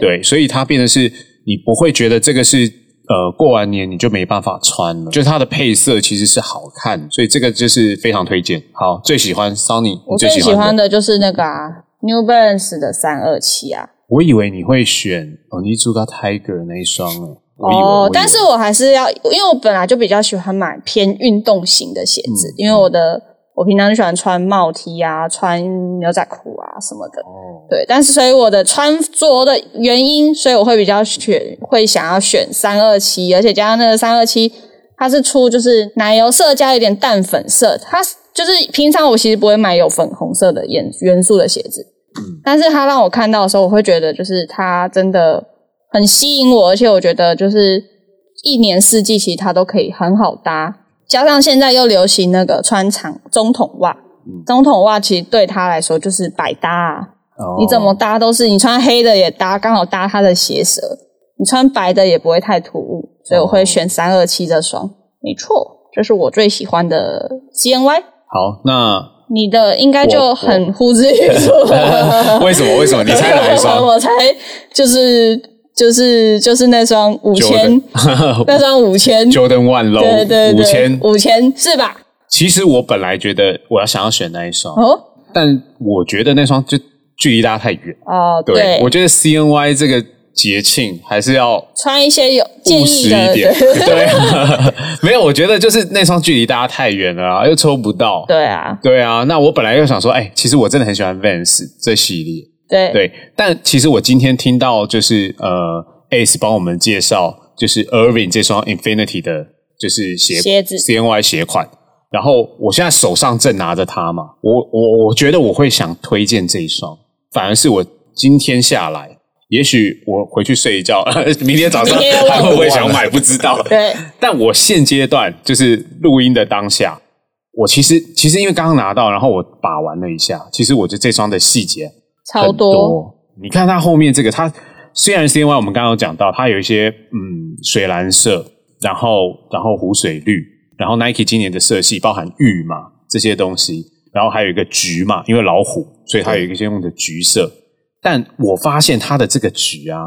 Speaker 2: 对，
Speaker 4: 对，所以它变得是你不会觉得这个是呃过完年你就没办法穿了，就是它的配色其实是好看，所以这个就是非常推荐。好，最喜欢 Sony，
Speaker 2: 我
Speaker 4: 你
Speaker 2: 最
Speaker 4: 最
Speaker 2: 喜欢
Speaker 4: 的，
Speaker 2: 的就是那个啊，New Balance 的三二七啊。
Speaker 4: 我以为你会选哦 Onizuka Tiger 那一双诶，我以为我以
Speaker 2: 哦
Speaker 4: 为，
Speaker 2: 但是我还是要，因为我本来就比较喜欢买偏运动型的鞋
Speaker 4: 嗯
Speaker 2: 子，因为我的我平常就喜欢穿帽 T 啊、穿牛仔裤啊什么的。
Speaker 4: 哦
Speaker 2: 对，但是所以我的穿着的原因，所以我会比较选，会想要选三二七，而且加上那个三二七，它是出就是奶油色加一点淡粉色，它是就是平常我其实不会买有粉红色的元元素的鞋子，但是它让我看到的时候，我会觉得就是它真的很吸引我，而且我觉得就是一年四季其实它都可以很好搭，加上现在又流行那个穿长中筒袜。中筒袜其实对它来说就是百搭、啊，
Speaker 4: 哦
Speaker 2: 你怎么搭都是，你穿黑的也搭，刚好搭它的鞋舌；你穿白的也不会太突兀，所以我会选三二七这双。没错，这是我最喜欢的 CNY。
Speaker 4: 好？那
Speaker 2: 你的应该就
Speaker 4: 我。
Speaker 2: 很呼之欲出了
Speaker 4: 为什么？为什么？你猜哪一 双？
Speaker 2: 我猜就是就是就是那双五千，那双五千，
Speaker 4: Jordan One
Speaker 2: 对对
Speaker 4: Low
Speaker 2: 对，
Speaker 4: 五千，
Speaker 2: 五千是吧？
Speaker 4: 其实我本来觉得我要想要选那一双，
Speaker 2: 哦
Speaker 4: 但我觉得那双就距离大家太远。
Speaker 2: 哦，
Speaker 4: 对，我觉得 C N Y 这个节庆还是要
Speaker 2: 穿一些有建
Speaker 4: 务
Speaker 2: 议
Speaker 4: 实
Speaker 2: 的，
Speaker 4: 一点。
Speaker 2: 对
Speaker 4: 对，没有，我觉得就是那双距离大家太远了啊，又抽不到。
Speaker 2: 对啊，
Speaker 4: 对啊，那我本来又想说，哎，其实我真的很喜欢 Vans 这系列，
Speaker 2: 对
Speaker 4: 对，但其实我今天听到就是呃，Ace 帮我们介绍就是 Irving 这双 Infinity 的，就是鞋
Speaker 2: 鞋子
Speaker 4: CNY 鞋款。然后我现在手上正拿着它嘛，我我我觉得我会想推荐这一双，反而是我今天下来，也许我回去睡一觉， 明天早上
Speaker 2: 明天又忘
Speaker 4: 还会不会
Speaker 3: 了
Speaker 4: 想买不知道。
Speaker 2: 对
Speaker 4: 但我现阶段就是录音的当下，我其实其实因为刚刚拿到，然后我把玩了一下，其实我觉得这双的细节
Speaker 2: 超
Speaker 4: 很你看它后面这个，它虽然 C N Y 我们刚刚有讲到，它有一些嗯水蓝色，然后然后湖水绿，然后 Nike 今年的色系包含玉嘛这些东西，然后还有一个橘嘛，因为老虎，所以它有一个先用的橘色。但我发现它的这个橘啊，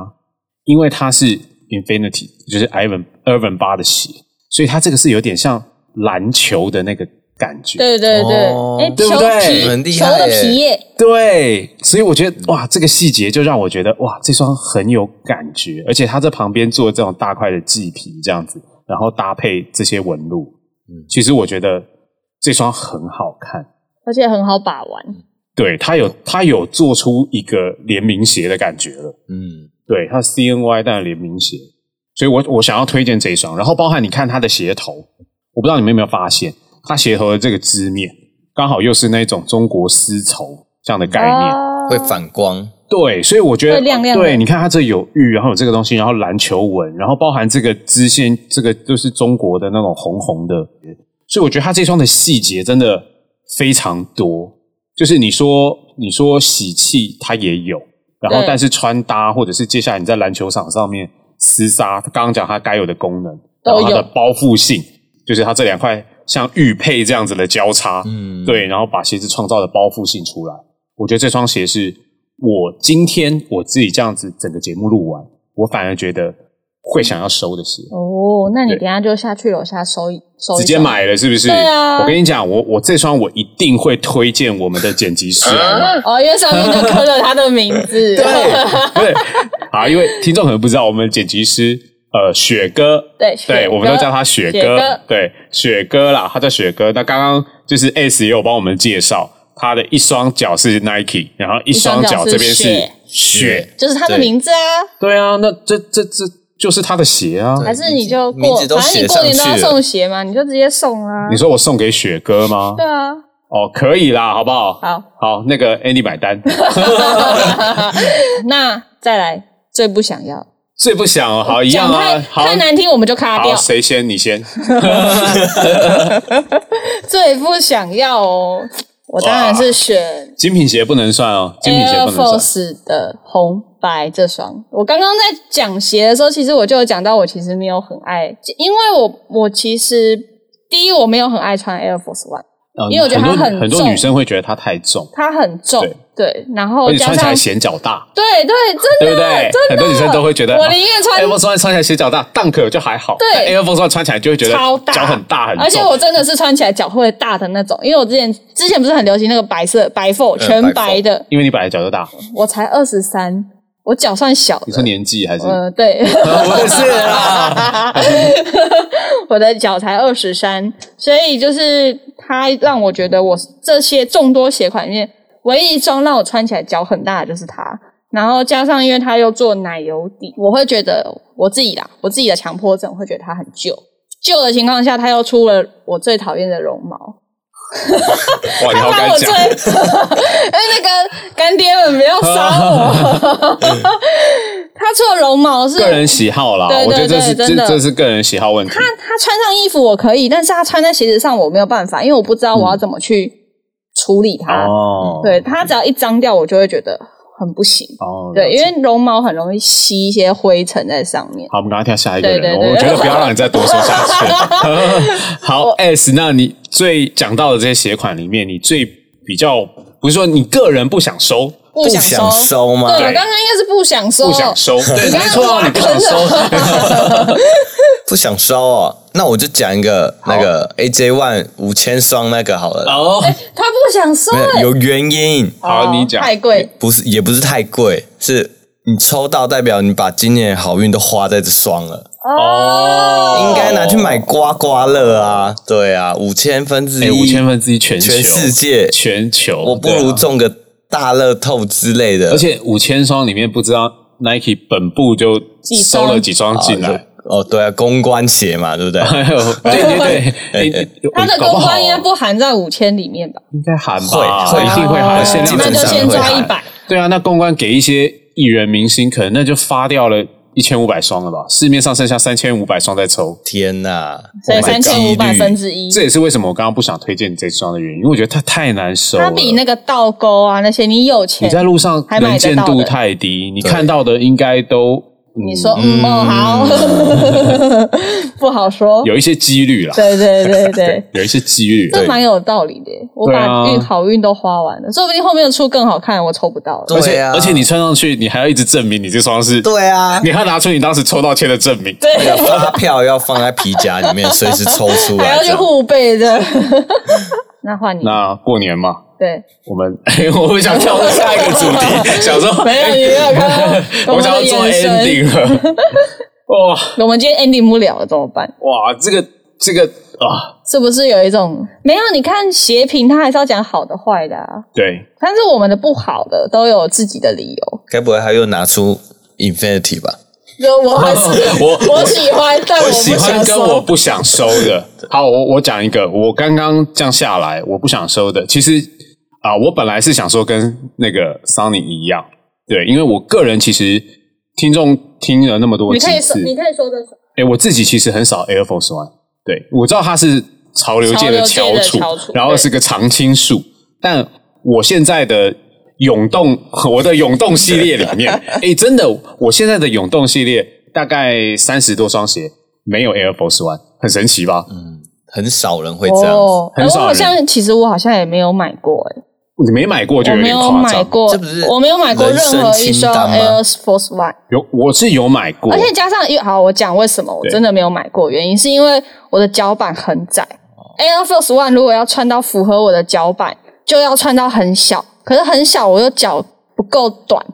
Speaker 4: 因为它是 Infinity，就是 Ivan Irvin 八的鞋，所以它这个是有点像篮球的那个感觉。
Speaker 2: 对对对，哎、
Speaker 3: 哦
Speaker 2: 球
Speaker 4: 对不对
Speaker 2: 皮
Speaker 3: 很厉
Speaker 2: 球
Speaker 3: 害
Speaker 2: 的
Speaker 3: 耶
Speaker 2: 皮耶，
Speaker 4: 对，所以我觉得哇，这个细节就让我觉得哇，这双很有感觉，而且它在旁边做这种大块的麂皮这样子，然后搭配这些纹路，嗯，其实我觉得这双很好看。
Speaker 2: 而且很好把玩。
Speaker 4: 对，它有它有做出一个联名鞋的感觉了。
Speaker 3: 嗯，
Speaker 4: 对，它 C N Y 的联名鞋，所以我我想要推荐这一双。然后包含你看它的鞋头，我不知道你们有没有发现，它鞋头的这个织面刚好又是那种中国丝绸这样的概念。
Speaker 2: 哦
Speaker 3: 会反光，
Speaker 4: 对，所以我觉得
Speaker 2: 会亮亮的
Speaker 4: 对，你看它这有玉，然后有这个东西，然后篮球纹，然后包含这个支线，这个就是中国的那种红红的，所以我觉得它这双的细节真的非常多。就是你说你说喜气，它也有，然后
Speaker 2: 对
Speaker 4: 但是穿搭或者是接下来你在篮球场上面厮杀，刚刚讲它该有的功能，然后它
Speaker 2: 都有
Speaker 4: 的包覆性，就是它这两块像玉佩这样子的交叉，
Speaker 3: 嗯，
Speaker 4: 对，然后把鞋子创造的包覆性出来。我觉得这双鞋是我今天我自己这样子整个节目录完，我反而觉得会想要收的鞋，
Speaker 2: 哦，那你
Speaker 4: 对
Speaker 2: 等一下就下去楼下收一收一
Speaker 4: 直接
Speaker 2: 收
Speaker 4: 买了是不是？
Speaker 2: 对啊
Speaker 4: 我跟你讲，我我这双我一定会推荐我们的剪辑师来买。
Speaker 2: 哦，因为上面就刻了他的名 字。
Speaker 4: 对，好，因为听众可能不知道，我们剪辑师呃雪哥，
Speaker 2: 对雪
Speaker 4: 对，
Speaker 2: 哥
Speaker 4: 我们都叫他雪
Speaker 2: 雪哥
Speaker 4: 哥，对，雪哥啦，他叫雪哥。那刚刚就是 S 也有帮我们介绍，他的一双脚是 Nike，然后一双脚这边
Speaker 2: 一
Speaker 4: 是
Speaker 2: 双脚
Speaker 4: 雪，
Speaker 2: 就是他的
Speaker 3: 对
Speaker 2: 名字啊，
Speaker 4: 对啊，那这这这就是他的鞋啊。
Speaker 2: 还是你就
Speaker 3: 名
Speaker 2: 过，
Speaker 3: 字
Speaker 2: 反
Speaker 3: 都
Speaker 2: 正你
Speaker 3: 写
Speaker 2: 过年都要
Speaker 3: 上去了
Speaker 2: 送鞋嘛，你就直接送啊。
Speaker 4: 你说我送给雪哥吗？
Speaker 2: 对啊，
Speaker 4: 哦，可以啦，好不好？
Speaker 2: 好，
Speaker 4: 好，那个 Andy 买 单。
Speaker 2: 那再来最不想要，
Speaker 4: 最不想哦好一样
Speaker 2: 讲
Speaker 4: 啊
Speaker 2: 太，
Speaker 4: 好
Speaker 2: 太难听我们就卡
Speaker 4: 好，
Speaker 2: 掉。
Speaker 4: 谁先？你先。
Speaker 2: 最不想要哦，我当然是选
Speaker 4: 精品鞋不能算哦，精品鞋
Speaker 2: Air
Speaker 4: 不能算。
Speaker 2: Force 的红白这双。我刚刚在讲鞋的时候，其实我就有讲到，我其实没有很爱，因为我我其实第一我没有很爱穿 Air Force One，
Speaker 4: 嗯
Speaker 2: 因为我觉得它
Speaker 4: 很多
Speaker 2: 很
Speaker 4: 很多
Speaker 2: 重
Speaker 4: 女生会觉得它太重，
Speaker 2: 它很重，
Speaker 4: 对
Speaker 2: 对，然后
Speaker 4: 而且
Speaker 2: 加
Speaker 4: 穿起
Speaker 2: 上
Speaker 4: 来显脚大，
Speaker 2: 对对，真
Speaker 4: 对
Speaker 2: 的
Speaker 4: 不对？
Speaker 2: 真
Speaker 4: 很
Speaker 2: 的，
Speaker 4: 多女生都会觉得哦
Speaker 2: 我宁愿穿
Speaker 4: Air Force One 穿起来鞋脚大，Dunk 就还好，
Speaker 2: 对
Speaker 4: 但 Air Force One 穿起来就会觉得
Speaker 2: 超大，
Speaker 4: 脚很大很重。
Speaker 2: 而且我真的是穿起来脚会大的那种，因为我之前之前不是很流行那个白色白 f
Speaker 4: 嗯
Speaker 2: 全白的，
Speaker 4: 因为你本来脚就大，
Speaker 2: 我才二十三，我脚算小
Speaker 4: 你说
Speaker 2: 的，
Speaker 4: 年纪还是？
Speaker 2: 呃，对，
Speaker 3: 不是啊，
Speaker 2: 我的脚才二十三，所以就是它让我觉得我这些众多鞋款里面，唯一一双让我穿起来脚很大的就是它。然后加上，因为它又做奶油底，我会觉得我自己啦，我自己的强迫症会觉得它很旧。旧的情况下，它又出了我最讨厌的绒毛，
Speaker 4: 哇，你好
Speaker 2: 把
Speaker 4: 敢
Speaker 2: 我追，
Speaker 4: 讲，
Speaker 2: 哎，那个干爹们不要杀我。 他除了绒毛是，
Speaker 4: 嗯个人喜好啦
Speaker 2: 对，对
Speaker 4: 我觉得这是
Speaker 2: 对
Speaker 4: 这
Speaker 2: 真的
Speaker 4: 这是个人喜好问题。
Speaker 2: 他穿上衣服我可以，但是他穿在鞋子上我没有办法，因为我不知道我要怎么去处理它。
Speaker 4: 哦，
Speaker 2: 对他只要一脏掉，我就会觉得很不行。
Speaker 4: 哦，了
Speaker 2: 对，
Speaker 4: 解
Speaker 2: 因为绒毛很容易吸一些灰尘在上面。
Speaker 4: 好，我们赶快跳下一个
Speaker 2: 对
Speaker 4: 人。哦
Speaker 2: 对对
Speaker 4: 我觉得不要让你再多说下 去。好，S，那你最讲到的这些鞋款里面，你最比较不是说你个人不想收，
Speaker 2: 不
Speaker 3: 不想
Speaker 2: 收。
Speaker 3: 收吗
Speaker 2: 对，？啊我刚刚应该是不想收，
Speaker 4: 不想收，对，
Speaker 2: 你刚
Speaker 4: 没
Speaker 2: 刚
Speaker 4: 错，啊
Speaker 2: 挖
Speaker 4: 你不想 收。
Speaker 3: 不想收哦，那我就讲一个那个 AJ One 五千双那个好了啦，
Speaker 4: 哦，
Speaker 2: 他不想收
Speaker 3: 没。有有原因，
Speaker 4: 好，
Speaker 2: 哦
Speaker 4: 你讲。哎
Speaker 2: 太贵，
Speaker 3: 不是也不是太贵，是你抽到代表你把今年的好运都花在这双了，
Speaker 4: 哦
Speaker 3: 应该拿去买刮刮乐啊，对啊，五千分之
Speaker 4: 哎，
Speaker 3: 一，
Speaker 4: 五千分之一全球，
Speaker 3: 全世界
Speaker 4: 全球，
Speaker 3: 我不
Speaker 4: 对啊
Speaker 3: 如中个大乐透之类的，
Speaker 4: 而且五千双里面不知道 Nike 本部就
Speaker 2: 几
Speaker 4: 收
Speaker 2: 双
Speaker 4: 了几双
Speaker 3: 啊
Speaker 4: 进来。
Speaker 3: 就哦，对啊，公关鞋嘛，对不 对？
Speaker 4: 哎呦，对对对，你
Speaker 2: 他的
Speaker 4: 搞
Speaker 2: 公
Speaker 4: 好
Speaker 2: 关应该不含在五千里面吧？
Speaker 4: 应该喊
Speaker 3: 会
Speaker 4: 吧，
Speaker 3: 会
Speaker 4: 一定会
Speaker 2: 哦
Speaker 4: 喊，限量
Speaker 3: 基
Speaker 2: 那
Speaker 3: 本
Speaker 4: 版
Speaker 2: 就
Speaker 3: 上
Speaker 2: 先
Speaker 3: 会
Speaker 2: 抓
Speaker 3: 喊
Speaker 2: 一百。
Speaker 4: 对啊，那公关给一些艺人明星，可能那就发掉了一千五百双了吧？市面上剩下三千五百双在抽，
Speaker 3: 天哪，
Speaker 2: 所以
Speaker 3: Oh my
Speaker 2: 三
Speaker 3: God
Speaker 2: 千五百分之一，
Speaker 4: 这也是为什么我刚刚不想推荐这双的原因，因为我觉得它太难收了。
Speaker 2: 它比那个倒钩啊那些，你有
Speaker 4: 你
Speaker 2: 钱，
Speaker 4: 在路上
Speaker 2: 还买
Speaker 4: 能
Speaker 2: 得
Speaker 4: 见
Speaker 2: 到的
Speaker 4: 度太低，你
Speaker 3: 对
Speaker 4: 看到的应该都
Speaker 2: 你说嗯哦好， 不好说，
Speaker 4: 有一些几率啦，
Speaker 2: 对对对对。
Speaker 4: 有一些几率。
Speaker 2: 这蛮有道理的耶，我
Speaker 4: 对
Speaker 2: 把
Speaker 4: 啊
Speaker 2: 运好运都花完了，说不定后面的出更好看，我抽不到了。
Speaker 4: 而且
Speaker 3: 对啊
Speaker 4: 而且你穿上去，你还要一直证明你这双是，
Speaker 3: 对啊，
Speaker 4: 你还要拿出你当时抽到签的证明。
Speaker 2: 对，
Speaker 3: 那个发票 要放在皮夹里面，随时抽出
Speaker 2: 还
Speaker 3: 来
Speaker 2: 要
Speaker 3: 这
Speaker 2: 去
Speaker 3: 样。
Speaker 2: 互背 的。那换你，
Speaker 4: 那过年嘛，
Speaker 2: 对，
Speaker 4: 我们、 哎，我们想跳到下一个主 题，想说哎
Speaker 2: 没有，你没有看到我
Speaker 4: 我
Speaker 2: 们
Speaker 4: 想要
Speaker 2: 的
Speaker 4: 做
Speaker 2: 眼神。
Speaker 4: ending 了。 哇
Speaker 2: 我们今天 ending 不了了，怎么办？
Speaker 4: 哇，这个这个啊，
Speaker 2: 是不是有一种没有？你看邪评，他还是要讲好的坏的啊。
Speaker 4: 对，
Speaker 2: 但是我们的不好的都有自己的理 由。
Speaker 3: 该不会他又拿出 Infinity 吧？
Speaker 2: 就我还是
Speaker 4: 我
Speaker 2: 我喜欢，但
Speaker 4: 我
Speaker 2: 不
Speaker 4: 喜欢
Speaker 2: 想
Speaker 4: 跟
Speaker 2: 收。
Speaker 4: 我不想收的。好，我我讲一个，我刚刚这样下来，我不想收的。其实啊、我本来是想说跟那个 Sunny 一样，对，因为我个人其实听众听了那么多
Speaker 2: 你可
Speaker 4: 几
Speaker 2: 以说，
Speaker 4: 次，
Speaker 2: 你可以说的
Speaker 4: 哎、我自己其实很少 Air Force One，对我知道它是潮流界的
Speaker 2: 潮流
Speaker 4: 翘
Speaker 2: 界的
Speaker 4: 楚，
Speaker 2: 翘楚
Speaker 4: 然后是个常青树，但我现在的涌动，我的涌动系列里面，哎、真的，我现在的涌动系列大概三十多双鞋没有 Air Force One，很神奇吧？
Speaker 3: 嗯很少人会这样 子，
Speaker 2: 哦，哎
Speaker 4: 很
Speaker 2: 我
Speaker 4: 少
Speaker 2: 好
Speaker 4: 人
Speaker 2: 像其实我好像也没有买过，哎，
Speaker 4: 你没买过就
Speaker 2: 我
Speaker 4: 有
Speaker 2: 没
Speaker 4: 点
Speaker 2: 有
Speaker 4: 夸
Speaker 2: 买
Speaker 4: 张。
Speaker 2: 过
Speaker 3: 这不是，
Speaker 2: 我没有买过任何一
Speaker 3: 人生清
Speaker 2: 双
Speaker 3: 单吗
Speaker 2: Air Force One，
Speaker 4: 有，我是有买过
Speaker 2: 而，且加上又好，我讲为什么我
Speaker 4: 对
Speaker 2: 真的没有买过，原因是因为我的脚板很窄，Air
Speaker 4: 哦
Speaker 2: Force One 如果要穿到符合我的脚板，就要穿到很小，可是很小我又脚不够短。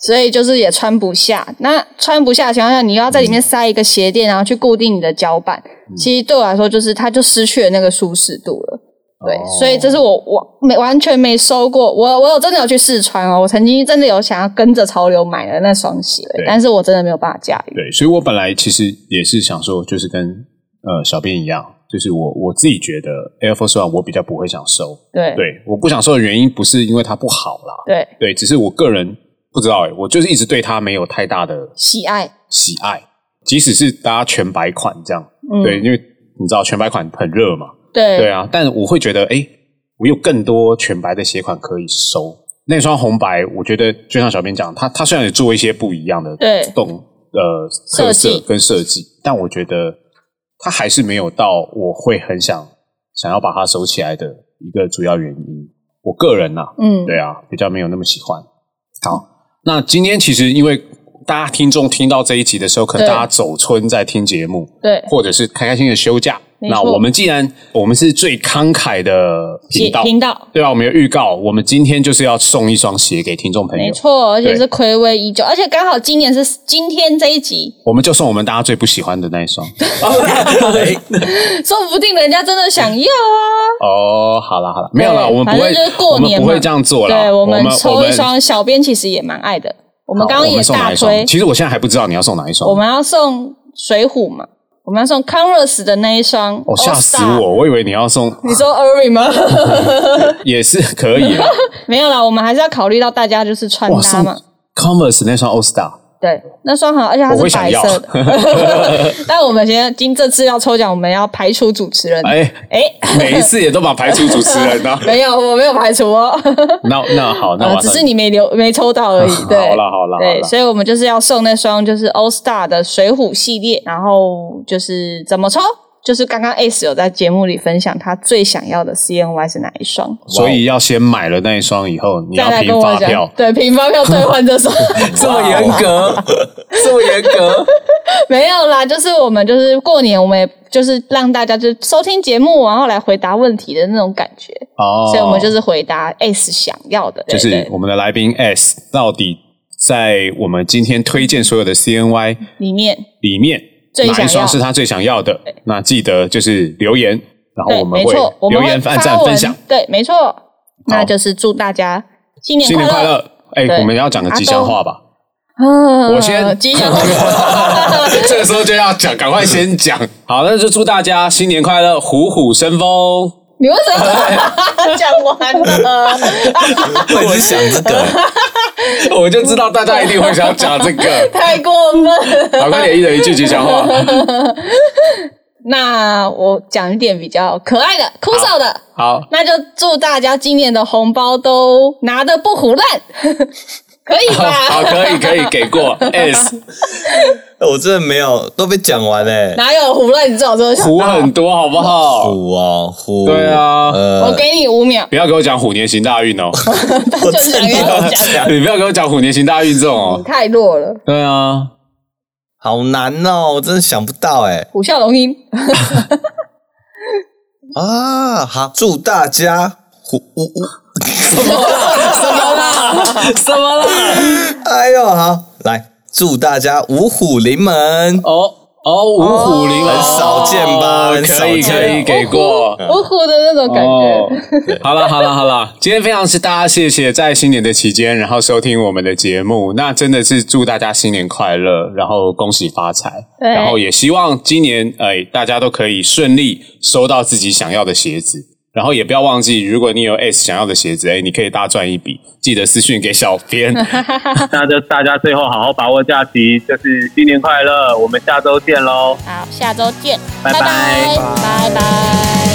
Speaker 2: 所以就是也穿不下，那穿不下的情况下，你又要在
Speaker 4: 嗯
Speaker 2: 里面塞一个鞋垫，然后去固定你的脚板。其实对我来说，就是它就失去了那个舒适度了。对，
Speaker 4: 哦
Speaker 2: 所以这是我我没完全没收过，我我有真的有去试穿哦，我曾经真的有想要跟着潮流买的那双鞋
Speaker 4: 对，
Speaker 2: 但是我真的没有办法驾驭。
Speaker 4: 对，所以我本来其实也是想说，就是跟呃小编一样，就是我我自己觉得 Air Force One 我比较不会想收，
Speaker 2: 对
Speaker 4: 对，我不想收的原因不是因为它不好啦，
Speaker 2: 对
Speaker 4: 对，只是我个人不知道哎、我就是一直对它没有太大的
Speaker 2: 喜爱，
Speaker 4: 喜爱，即使是大家全白款这样，
Speaker 2: 嗯，
Speaker 4: 对，因为你知道全白款很热嘛，啊
Speaker 2: 对
Speaker 4: 对啊，但我会觉得哎、诶我有更多全白的鞋款可以收。那双红白，我觉得就像小编讲，它它虽然有做一些不一样的
Speaker 2: 对
Speaker 4: 动呃
Speaker 2: 设
Speaker 4: 特
Speaker 2: 计
Speaker 4: 色跟设计，但我觉得它还是没有到我会很想想要把它收起来的一个主要原因。我个人呐、
Speaker 2: 嗯，
Speaker 4: 对啊，比较没有那么喜欢。好，那今天其实因为大家听众听到这一集的时候，可能
Speaker 2: 对
Speaker 4: 大家走村在听节目，
Speaker 2: 对
Speaker 4: 或者是开开心心的休假。
Speaker 2: 没错
Speaker 4: 那我们既然我们是最慷慨的频道，
Speaker 2: 频道
Speaker 4: 对吧、我们有预告，我们今天就是要送一双鞋给听众朋
Speaker 2: 没
Speaker 4: 友，
Speaker 2: 错，而且
Speaker 4: 对
Speaker 2: 是暌违已久，而且刚好今年是今天这一集，
Speaker 4: 我们就送我们大家最不喜欢的那 一双。
Speaker 3: 哎，
Speaker 2: 说不定人家真的想要啊。
Speaker 4: 哦，好了好了，没有了，
Speaker 2: 对
Speaker 4: 我们
Speaker 2: 反
Speaker 4: 不
Speaker 2: 正
Speaker 4: 会，
Speaker 2: 就是过年
Speaker 4: 我们不
Speaker 2: 嘛
Speaker 4: 会这样做了。
Speaker 2: 对
Speaker 4: 我
Speaker 2: 们
Speaker 4: 我
Speaker 2: 抽一
Speaker 4: 们
Speaker 2: 双，小编其实也蛮爱的，我
Speaker 4: 我
Speaker 2: 们刚刚也
Speaker 4: 送哪
Speaker 2: 大
Speaker 4: 一双
Speaker 2: 推，
Speaker 4: 其实我现在还不知道你要送哪一双。
Speaker 2: 我们要送水浒嘛，我们要送 Converse 的那一双，
Speaker 4: 哦，吓死
Speaker 2: All Star！
Speaker 4: 我！我以为 你 要送，
Speaker 2: 你说 Irving 吗？
Speaker 4: 也是可 以啊。
Speaker 2: 没有啦，我们还是要考虑到大家就是穿
Speaker 4: 哇，
Speaker 2: 搭
Speaker 4: 送
Speaker 2: 嘛。
Speaker 4: Converse 那双 All Star，
Speaker 2: 对，那双好，而且它
Speaker 4: 我会
Speaker 2: 是
Speaker 4: 想
Speaker 2: 白
Speaker 4: 要
Speaker 2: 色的。 但我们现在今这次要抽奖，我们要排除主持人。
Speaker 4: 哎，
Speaker 2: 哎，。
Speaker 4: 每一次也都把排除主持人呢
Speaker 2: 没有，我没有排除哦。
Speaker 4: 那那好，那
Speaker 2: 呃，
Speaker 4: 我。
Speaker 2: 只是你没留没抽到而已 对，
Speaker 4: 好啦好啦好
Speaker 2: 对，
Speaker 4: 啦
Speaker 2: 所以我们就是要送那双就是 All Star 的水浒系列，然后就是怎么抽，就是刚刚 S 有在节目里分享他最想要的 CNY 是哪一双，
Speaker 4: 所以要先买了那一双以后，你
Speaker 2: 哦再
Speaker 4: 要
Speaker 2: 来跟
Speaker 4: 凭
Speaker 2: 我
Speaker 4: 发
Speaker 2: 讲
Speaker 4: 票，。
Speaker 2: 对，凭发票兑换这 双。
Speaker 3: 这么严
Speaker 2: 哦
Speaker 3: 格，这么严格，
Speaker 2: 没有啦，就是我们就是过年，我们也就是让大家就收听节目，然后来回答问题的那种感觉，
Speaker 4: 哦，
Speaker 2: 所以我们就是回答 S 想要的，对
Speaker 4: 就
Speaker 2: 对
Speaker 4: 是我们的来宾 S 到底在我们今天推荐所有的 CNY
Speaker 2: 里面
Speaker 4: 里面，
Speaker 2: 最想要
Speaker 4: 哪一双是他最想要的？那记得就是留言，然后
Speaker 2: 对，
Speaker 4: 我们
Speaker 2: 没
Speaker 4: 会
Speaker 2: 错，我们
Speaker 4: 留
Speaker 2: 会
Speaker 4: 言、
Speaker 2: 发
Speaker 4: 按赞、
Speaker 2: 文
Speaker 4: 分享。。
Speaker 2: 对，没错，那就是祝大家新年
Speaker 4: 新年快乐！哎、
Speaker 2: 对
Speaker 4: 我们要讲个吉祥话吧。
Speaker 2: 啊
Speaker 4: 我先
Speaker 2: 吉祥话，
Speaker 4: 这个时候就要讲，赶快 先讲。好，那就祝大家新年快乐，虎虎 生风。
Speaker 2: 你为什么讲完了？
Speaker 3: 我一直想这个，
Speaker 4: 我就知道大家一定会想讲这个。
Speaker 2: 太过分了。
Speaker 4: 好，快点一人一句吉 祥话。
Speaker 2: 那我讲一点比较可爱的、酷燥的，
Speaker 4: 好，
Speaker 2: 那就祝大家今年的红包都拿的不胡乱，可以吧？
Speaker 4: 哦好，可以，可以，给过 S
Speaker 3: 我真的没有，都被讲完嘞。
Speaker 2: 哪有胡乱？你最好说
Speaker 4: 虎很多，好不好？
Speaker 3: 虎啊虎，
Speaker 4: 对啊
Speaker 2: 我
Speaker 3: 呃，
Speaker 2: 给你五秒，
Speaker 4: 不要给我讲虎年行大运哦！
Speaker 2: 他 就想要我讲，
Speaker 3: 讲，
Speaker 4: 你不要给我讲虎年行大运这种
Speaker 2: 你
Speaker 4: 哦。
Speaker 2: 太弱了。
Speaker 4: 对啊，
Speaker 3: 好难哦，我真的想不到哎
Speaker 2: 虎啸龙吟，
Speaker 3: 啊！好，祝大家虎虎虎，
Speaker 4: 什么啦？
Speaker 3: 哎呦好，来祝大家五虎临门，
Speaker 4: 哦哦，五虎临门，
Speaker 3: 很少见吧
Speaker 4: 哦
Speaker 3: 很少
Speaker 4: 可以，
Speaker 3: 见
Speaker 4: 可以，给过。
Speaker 2: 虎虎的那种感 觉。
Speaker 4: 哦、好了好了好了，今天非常是大家谢谢在新年的期间，然后收听我们的节目，那真的是祝大家新年快乐，然后恭喜发财，
Speaker 2: 对
Speaker 4: 然后也希望今年哎大家都可以顺利收到自己想要的鞋子。然后也不要忘记，如果你有 S 想要的鞋子，哎，你可以大赚一笔。记得私讯给小编。
Speaker 1: 那就大家最后好好把握假期，就是新年快乐，我们下周见喽。
Speaker 2: 好，下周见，
Speaker 1: 拜拜
Speaker 2: 拜拜。拜拜